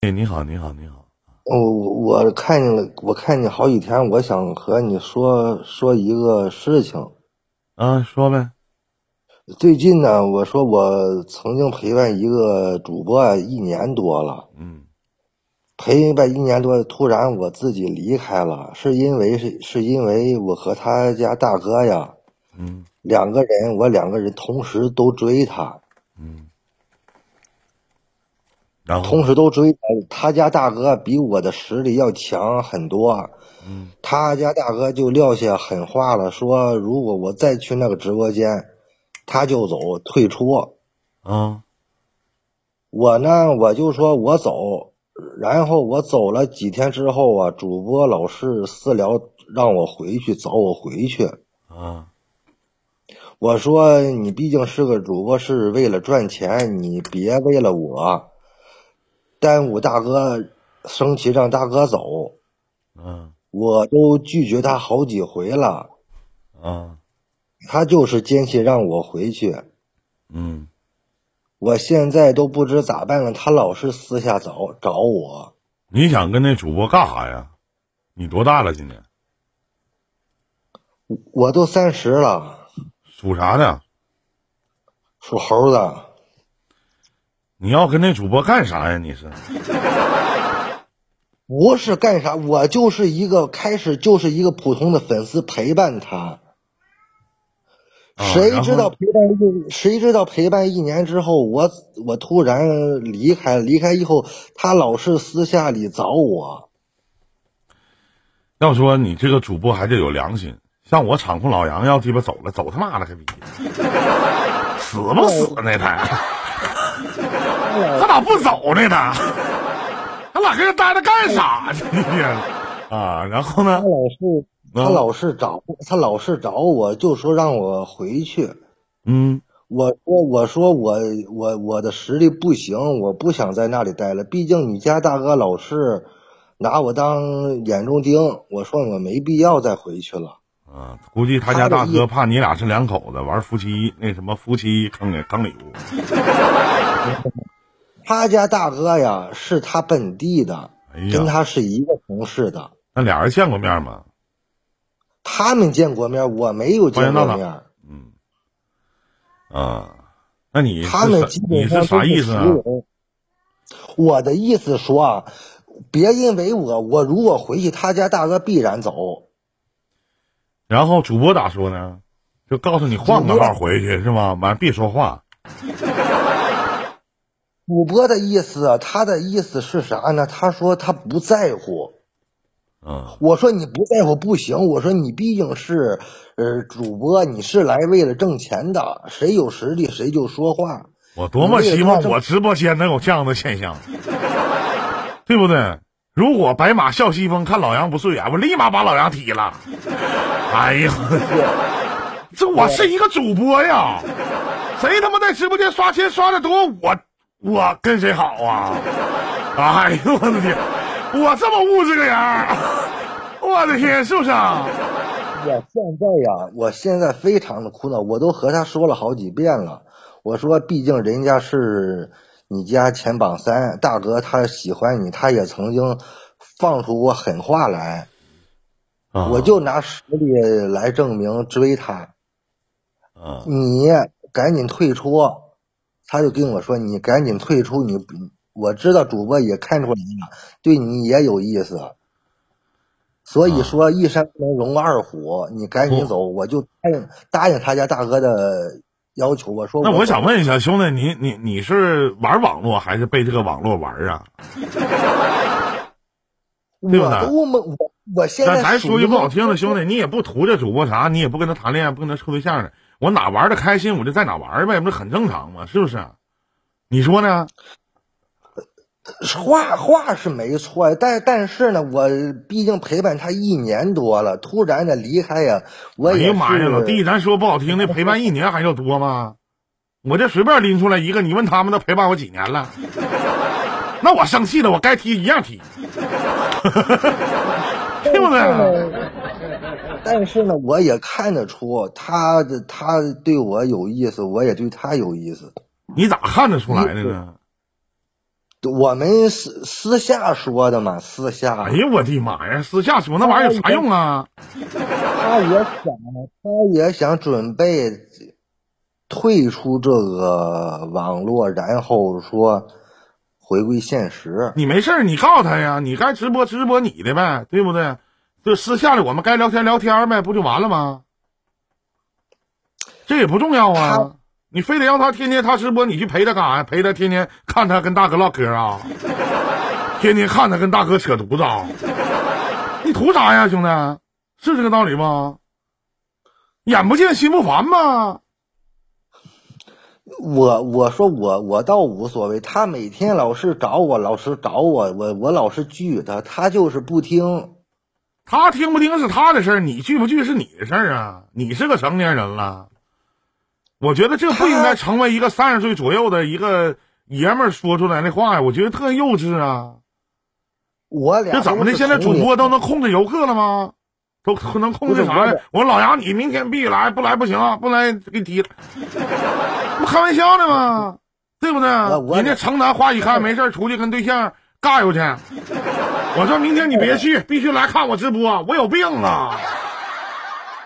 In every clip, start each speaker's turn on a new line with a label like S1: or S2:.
S1: 哎，你好，你好，你好，
S2: 我哦我看见了，我看见好几天，我想和你说说一个事情。
S1: 啊，说呗，
S2: 最近呢，我说我曾经陪伴一个主播一年多了，
S1: 嗯
S2: 陪伴一年多，突然我自己离开了，是因为是是因为我和他家大哥呀，
S1: 嗯
S2: 两个人，我两个人同时都追他，
S1: 嗯，然后
S2: 同
S1: 呢，
S2: 时都追他，他家大哥比我的实力要强很多。
S1: 嗯
S2: 他家大哥就撂下狠话了，说如果我再去那个直播间，他就走，退出。
S1: 啊，
S2: 我呢，我就说我走，然后我走了几天之后啊，主播老是私聊让我回去，找我回去。
S1: 啊，
S2: 我说你毕竟是个主播，是为了赚钱，你别为了我耽误大哥生气，让大哥走。
S1: 啊，
S2: 我都拒绝他好几回了，
S1: 啊，
S2: 他就是坚持让我回去。
S1: 嗯，
S2: 我现在都不知咋办了，他老是私下找找我。
S1: 你想跟那主播干啥呀？你多大了？今年
S2: 我都三十了，
S1: 属啥的？
S2: 属猴的，
S1: 你要跟那主播干啥呀？你是啊
S2: 不是干啥，我就是一个开始就是一个普通的粉丝陪伴他。
S1: 啊，
S2: 谁
S1: 然
S2: 知
S1: 后
S2: 道陪伴一谁知道陪伴一年之后，我我突然离开了，离开以后，他老是私下里找我。
S1: 要说你这个主播还得有良心，像我场控老杨要鸡巴走了，走他妈了个逼，死不死
S2: 我
S1: 呢他？
S2: 他老
S1: 他咋不走呢他？他老跟这待着干啥呢？ 你这啊，然后
S2: 他
S1: 呢？
S2: 老是他
S1: 啊，
S2: 老是找他老是找我，就说让我回去。
S1: 嗯
S2: 我说我说我我我的实力不行，我不想在那里待了。毕竟你家大哥老是拿我当眼中钉，我说我没必要再回去了。
S1: 啊，估计他
S2: 他
S1: 家
S2: 的
S1: 大
S2: 意
S1: 哥怕你俩是两口子玩夫妻那什么夫妻坑给坑礼物
S2: 他家大哥呀，是他本地的，
S1: 哎
S2: 跟
S1: 呀，
S2: 他是一个城市的。
S1: 那俩人见过面吗？
S2: 他们见过面，我没有
S1: 欢迎
S2: 见
S1: 到
S2: 过
S1: 场。
S2: 面。
S1: 嗯啊，那你
S2: 他
S1: 是
S2: 们
S1: 啥？
S2: 基
S1: 你是
S2: 本上
S1: 啥
S2: 都是
S1: 意思
S2: 熟
S1: 啊？
S2: 人。我的意思说啊，别因为我，我如果回去，他家大哥必然走。
S1: 然后主播咋说呢？就告诉你
S2: 主
S1: 换个
S2: 播
S1: 号回去是吗？完别说话。
S2: 主播的意思啊，他的意思是啥呢？他说他不在乎。
S1: 嗯
S2: 我说你不在乎不行，我说你毕竟是呃主播，你是来为了挣钱的，谁有实力谁就说话。
S1: 我多
S2: 你
S1: 么
S2: 为了
S1: 希
S2: 多
S1: 望
S2: 挣，
S1: 我直播间能有这样的现象，对不对？如果白马啸西风，看老杨不顺眼，我立马把老杨踢了。哎呀，这我
S2: 我
S1: 是一个主播呀，谁他妈在直播间刷钱刷的多，我我跟谁好啊？哎呦我的天，我这么物质个人儿，我的天，是不是啊？
S2: 我现在呀，我现在非常的苦恼，我都和他说了好几遍了。我说，毕竟人家是你家前榜三大哥，他喜欢你，他也曾经放出过狠话来，我
S1: 啊
S2: 就拿实力来证明追他。
S1: 啊
S2: 你赶紧退出。他就跟我说：“你赶紧退出，你不我知道主播也看出来了，对你也有意思，所以
S1: 啊！
S2: 说一山不能容二虎，你赶紧
S1: 不，
S2: 走。”我就答应答应他家大哥的要求，我说
S1: 那
S2: 我
S1: 我想
S2: 走。
S1: 问一下，兄弟，你你你是玩网络还是被这个网络玩儿啊？对不
S2: 我
S1: 对？
S2: 都没我我现
S1: 咱
S2: 在
S1: 咱
S2: 属
S1: 说
S2: 于
S1: 句不
S2: 梦
S1: 好听的，兄弟，你也不图这主播啥，你也不跟他谈恋爱，不跟他处对象的，我哪玩的开心，我就在哪玩呗，不是很正常吗？是不是？你说呢？
S2: 话话是没错，但但是呢，我毕竟陪伴他一年多了，突然的离开呀，我
S1: 哎呀
S2: 也
S1: 妈呀，老弟，
S2: 是
S1: 咱说不好听的，陪伴一年还要多吗？我这随便拎出来一个，你问他们都陪伴我几年了？那我生气了，我该踢一样踢，
S2: 但
S1: 对不
S2: 是
S1: 对？
S2: 呢， 但是呢，我也看得出他的他对我有意思，我也对他有意思。
S1: 你咋看得出
S2: 意
S1: 来的
S2: 思，
S1: 呢？
S2: 我们私私下说的嘛，私下
S1: 哎。呀，我的妈呀！私下说那玩意儿有啥用啊？
S2: 他也想，他也想准备退出这个网络，然后说回归现实。
S1: 你没事儿，你告诉他呀，你该直播直播你的呗，对不对？就私下里我们该聊天聊天呗，不就完了吗？这也不重要啊
S2: 他，
S1: 你非得让他天天他直播，你去陪他干啥呀？陪他天天看他跟大哥唠嗑啊，天天看他跟大哥扯犊子啊，你图啥呀，兄弟？是这个道理吗？眼不见心不烦吗？
S2: 我我说我我倒无所谓，他每天老是找我，老是找我，我我老是拒他，他就是不听。
S1: 他听不听是他的事儿，你拒不拒是你的事儿啊。你是个成年人了，我觉得这不应该成为一 个三十岁左右的一个爷们儿说出来的话呀。我觉得特幼稚啊。
S2: 我俩
S1: 这怎么的？
S2: 都是
S1: 现在主
S2: 同龄
S1: 播都能控制游客了吗？都能控制啥
S2: 不是不
S1: 呀
S2: 是？
S1: 我老杨，你明天必须来，不来不行啊，不来给踢了。不开玩笑呢吗？对不对
S2: 我？我
S1: 人家城南花一 看，没事儿出去跟对象尬游去。我说明天你别去，必须来看我直播，我有病啊！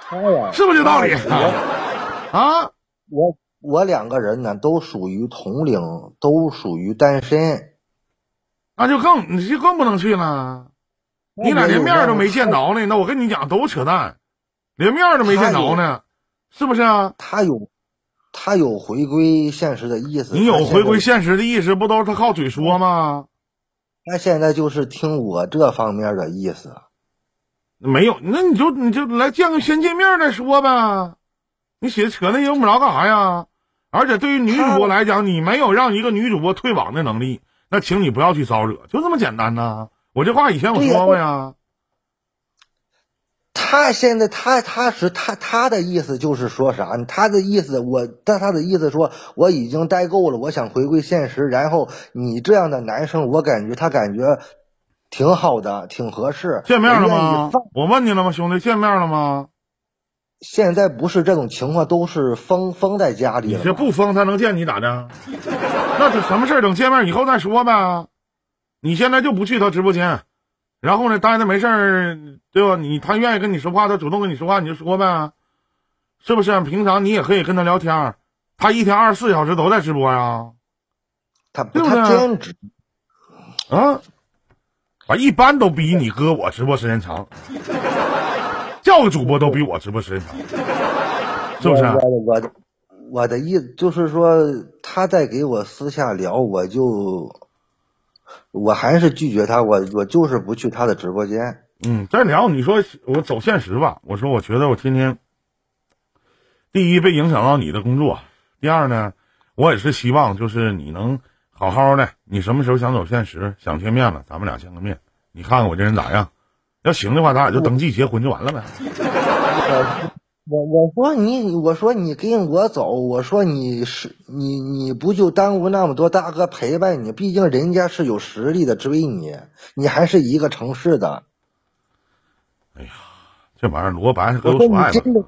S2: 他呀，
S1: 是不是这道理
S2: 我
S1: 啊，
S2: 我我两个人呢，都属于同龄，都属于单身。
S1: 那就更你就更不能去了。你俩连面儿都没见着呢，那我跟你讲都扯淡，连面儿都没见着呢，是不是啊？
S2: 他有他有回归现实的意思。
S1: 你
S2: 他
S1: 有
S2: 现在
S1: 回归现实的意识，不都是他靠嘴说吗？
S2: 他现在就是听我这方面的意思。
S1: 没有，那你就你就来见个先见面儿再说呗。你写扯那用不着干啥呀？而且对于女主播来讲，你没有让一个女主播退网的能力，那请你不要去骚扰，就这么简单呐。我这话以前我
S2: 对呀
S1: 说过呀，
S2: 他现在他他是他他的意思就是说啥？他的意思我但他的意思说我已经待够了，我想回归现实。然后你这样的男生，我感觉他感觉挺好的，挺合适。
S1: 见面了
S2: 我愿意
S1: 吗
S2: 放？
S1: 我问你了吗，兄弟，见面了吗？
S2: 现在不是这种情况，都是封封在家里
S1: 你
S2: 了。
S1: 这不封他能见你咋 的？那这什么事儿等见面以后再说呗。你现在就不去他直播间，然后呢，待着没事儿，对吧？你他愿意跟你说话，他主动跟你说话，你就说呗，是不是？平常你也可以跟他聊天儿，他一天二十四小时都在直播呀。
S2: 他
S1: 对不对
S2: 他兼职，
S1: 啊，啊，一般都比你哥我直播时间 长，叫个主播都比我直播时间长，是啊不是？
S2: 我我我我的意思就是说，他在给我私下聊，我就我还是拒绝他，我我就是不去他的直播间。
S1: 嗯，再聊，你说我走现实吧，我说我觉得我天天，第一被影响到你的工作，第二呢，我也是希望就是你能好好的，你什么时候想走现实，想见面了，咱们俩见个面，你看看我这人咋样，要行的话，咱俩就登记结婚就完了呗。
S2: 我我说你，我说你跟我走，我说你是你你不就耽误那么多大哥陪伴你？毕竟人家是有实力的追你，你还是一个城市的。
S1: 这玩意儿萝卜白菜各有所爱吧
S2: 我说你真的。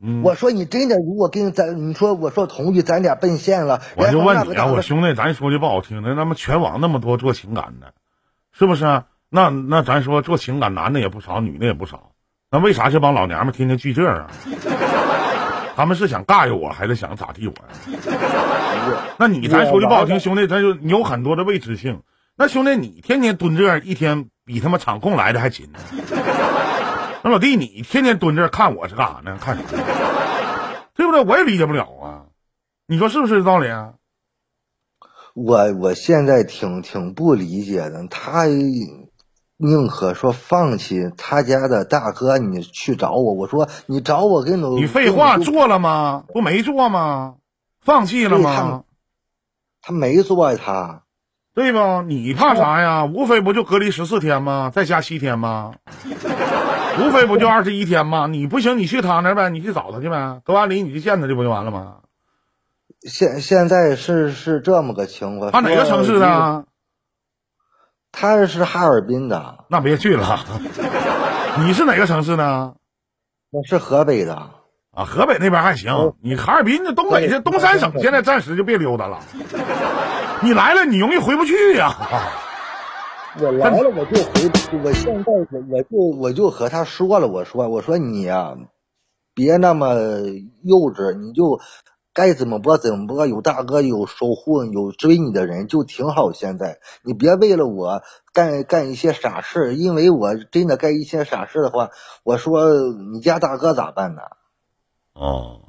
S1: 嗯，
S2: 我说你真的，如果跟咱你说我说同意，咱俩奔现了，
S1: 我就
S2: 然后那
S1: 问
S2: 个
S1: 你
S2: 大
S1: 啊，
S2: 哥
S1: 我兄弟，咱说句不好听的，那么全网那么多做情感的，是不是啊、那那咱说做情感男的也不少，女的也不少，那为啥这帮老娘们天天聚这儿啊？他们是想尬着我，还是想咋地我呀、那你咱说句不好听，兄弟，咱就你有很多的未知性。那兄弟，你天天蹲这儿，一天比他妈场控来的还勤呢。那老弟，你天天蹲这儿看我是干啥呢？看啥呢？对不对？我也理解不了啊。你说是不是这道理啊？
S2: 我我现在挺挺不理解的，他宁可说放弃他家的大哥，你去找我，我说你找我跟你
S1: 你废话
S2: 跟你
S1: 做了吗？不没做吗？放弃了
S2: 对他们
S1: 吗？
S2: 他没做呀，他
S1: 对吧？你怕啥呀？无非不就隔离十四天吗？再加七天吗？无非不就二十一天吗？你不行，你去他那儿呗，你去找他去呗，隔完离你去见他去不就完了吗？
S2: 现现在是是这么个情况。
S1: 他哪个城市的
S2: 说？
S1: 啊？
S2: 他是哈尔滨的，
S1: 那别去了。你是哪个城市的？
S2: 我是河北的。
S1: 啊，河
S2: 哦
S1: 北那边还行，你哈尔滨这东北这东三省现在暂时就别溜达了，你来了，你容易回不去呀、
S2: 我来了我就回，我现在我我就我就和他说了，我说我说你呀、别那么幼稚，你就该怎么播怎么播，有大哥有守护有追你的人就挺好。现在你别为了我干干一些傻事，因为我真的干一些傻事的话，我说你家大哥咋办呢？
S1: 哦，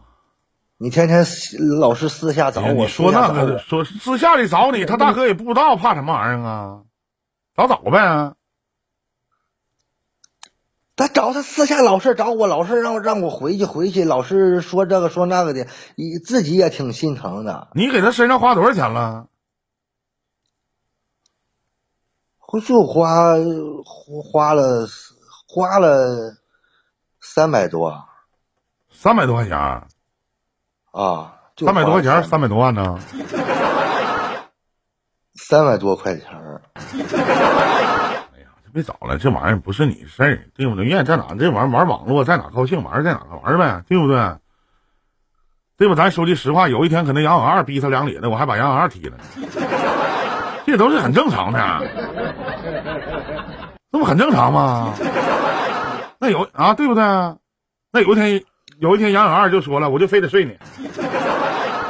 S2: 你天天私老是私下找
S1: 哎呀
S2: 我，
S1: 你说
S2: 私下
S1: 那
S2: 找
S1: 个
S2: 我
S1: 说私下里找你，他大哥也不知道，怕什么玩意儿啊？找找呗。
S2: 他找他私下老是找我，老是让让我回去回去，老是说这个说那个的，一自己也挺心疼的。
S1: 你给他身上花多少钱了？
S2: 回去花花了花了三百多
S1: 三百多块钱儿，
S2: 啊，就
S1: 三百多块钱儿，
S2: 花了
S1: 三百多万呢？
S2: 三百多块钱儿
S1: 别找了，这玩意儿不是你事儿，对不对？愿意在哪这玩意儿玩网络，在哪高兴玩儿在哪玩儿呗，对不对？对吧？咱说句实话，有一天可能杨小二逼他两里子，我还把杨小二踢了呢，这都是很正常的，那不很正常吗？那有啊，对不对？那有一天，有一天杨小二就说了，我就非得睡你，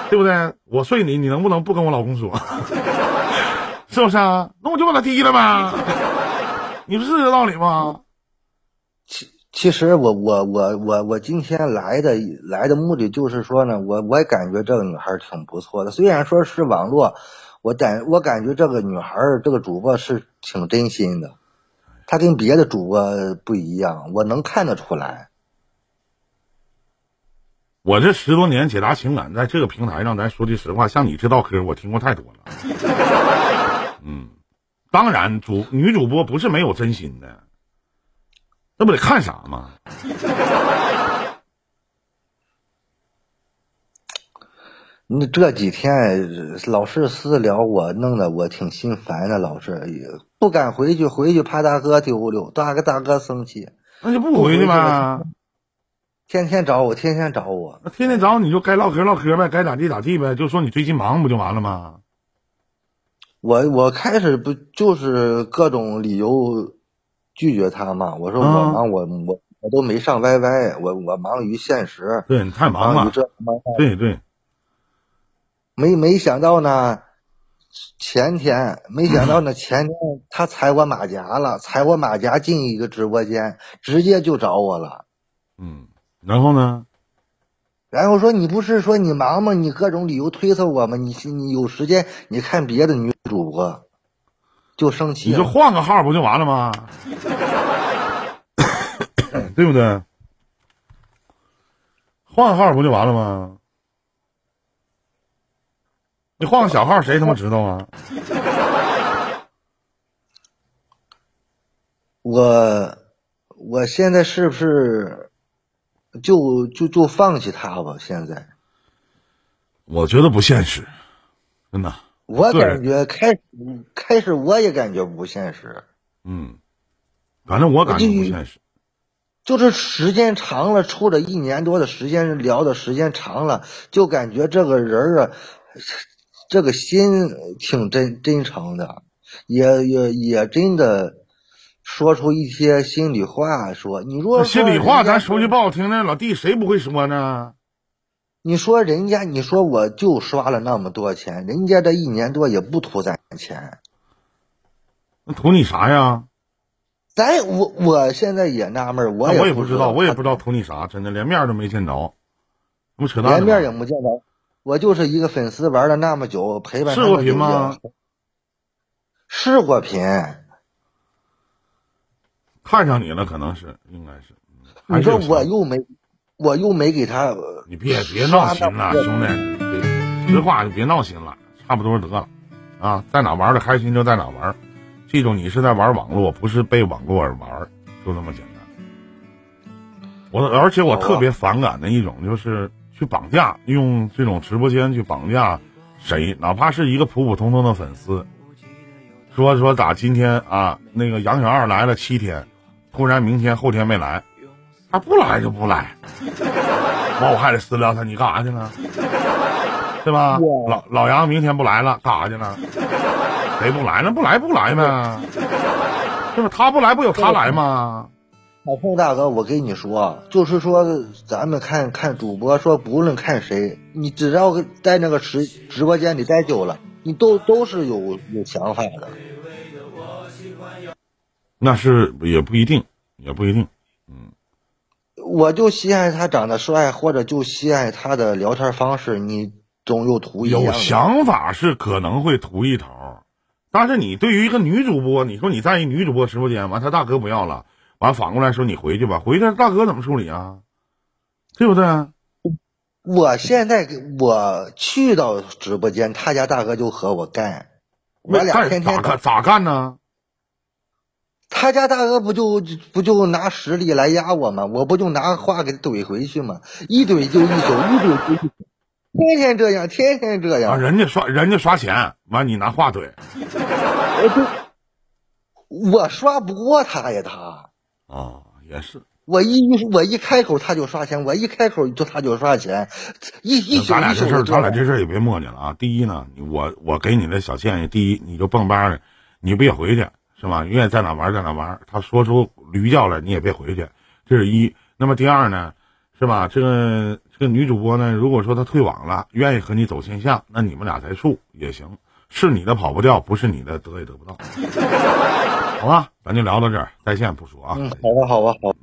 S1: 对不对？我睡你，你能不能不跟我老公说？ 是不是啊？那我就把他踢了呗。你不是这道理吗？
S2: 其其实我我我我我今天来的来的目的就是说呢，我我也感觉这个女孩儿挺不错的，虽然说是网络，我感我感觉这个女孩儿这个主播是挺真心的，她跟别的主播不一样，我能看得出来。
S1: 我这十多年解答情感，在这个平台上，咱说句实话，像你这道嗑，我听过太多了。 嗯，当然，主女主播不是没有真心的，那不得看啥吗？
S2: 你这几天老是私聊我，弄得我挺心烦的，老是也不敢回去，回去怕大哥丢溜，大哥大哥生气，
S1: 那就不回去呗，
S2: 天天找我，天天找我，
S1: 那天天找你就该唠嗑唠嗑呗，该咋地咋地呗，就说你最近忙不就完了吗？
S2: 我我开始不就是各种理由拒绝他嘛？我说我
S1: 啊
S2: 忙，我我我都没上 YY，我我忙于现实，啊
S1: 对你太忙啊
S2: 忙于
S1: 了，
S2: 这忙那，
S1: 对对，
S2: 没没想到呢，前天没想到呢，前天他踩我马甲了，踩我马甲进一个直播间，直接就找我了。
S1: 嗯，然后呢？
S2: 然后说你不是说你忙吗？你各种理由推测我吗？你你有时间你看别的女主播，就生气
S1: 你就
S2: 了。
S1: 换个号不就完了吗？ 对不对？换个号不就完了吗？你换个小号，谁他妈知道啊？
S2: 我我现在是不是就就就放弃他吧？现在
S1: 我觉得不现实，真的。
S2: 我
S1: 对
S2: 感觉开始开始我也感觉不现实，
S1: 嗯，反正我感觉不现实。
S2: 就是时间长了，处了一年多的时间，聊的时间长了，就感觉这个人儿啊，这个心挺真真诚的，也也也真的说出一些心里话说。你说
S1: 心里话，
S2: 人家
S1: 咱说句不好听的，老弟谁不会说呢？
S2: 你说人家，你说我就刷了那么多钱，人家这一年多也不图咱钱，
S1: 那图你啥呀？
S2: 咱我我现在也纳闷儿，我
S1: 那我也
S2: 不
S1: 不知道，我也不知道图你啥，真的连面都没见着，那不扯淡呢
S2: 连
S1: 吗？
S2: 面也没见着。我就是一个粉丝，玩了那么久，陪伴
S1: 试
S2: 他
S1: 过
S2: 们
S1: 频
S2: 久
S1: 吗
S2: 也？试过频，
S1: 看上你了，可能是，应该是。嗯还
S2: 你
S1: 是
S2: 说
S1: 有啥
S2: 我又没，我又没给他。
S1: 你别别闹心了，
S2: 刷那么多
S1: 兄弟，实话就别闹心了，差不多得了，啊，在哪玩的开心就在哪玩，记住你是在玩网络，不是被网络而玩，就这么简单。我而且我
S2: 好啊
S1: 特别反感的一种就是去绑架，用这种直播间去绑架谁，哪怕是一个普普通通的粉丝，说说咋今天啊那个杨小二来了七天，突然明天后天没来，他不来就不来。完，我还得私聊他，你干啥去了？对吧？
S2: 我
S1: 老老杨明天不来了，干啥去了？谁不来了？不来不来呗，是不是？他不来不有他来吗？
S2: 小凤大哥，我跟你说啊，就是说咱们看看主播，说不论看谁，你只要在那个直直播间里待久了，你都都是有有想法的。
S1: 那是也不一定，也不一定。
S2: 我就稀罕他长得帅，或者就稀罕他的聊天方式，你总有图一样
S1: 有
S2: 的。
S1: 想法是可能会图一头儿，但是你对于一个女主播，你说你在一女主播直播间，完他大哥不要了，完反过来说你回去吧，回去大哥怎么处理啊？对不对？啊
S2: 我现在给我去到直播间，他家大哥就和我干，我
S1: 那
S2: 俩天
S1: 干咋
S2: 天打
S1: 干咋干呢？
S2: 他家大哥不就不就拿实力来压我吗？我不就拿话给怼回去吗？一怼就一宿，一怼就一宿，天天这样，天天这
S1: 啊，
S2: 样。
S1: 人家刷人家刷钱，完你拿话怼
S2: 我刷不过他呀，他
S1: 啊，也是。
S2: 我一我一开口他就刷钱，我一开口就他就刷钱，一一宿
S1: 咱俩
S2: 一
S1: 这
S2: 宿
S1: 事儿，
S2: 的
S1: 咱俩这事儿也别磨叽了啊。第一呢，你我我给你的小建议，第一，你就蹦吧的，你别回去，是吧？愿意在哪玩儿在哪玩儿。他说出驴叫来，你也别回去，这是一。那么第二呢，是吧？这个这个女主播呢，如果说她退网了，愿意和你走线下，那你们俩再处也行。是你的跑不掉，不是你 的得也得不到，好吧？咱就聊到这儿，在线不说啊。
S2: 嗯，好吧，好吧，好吧。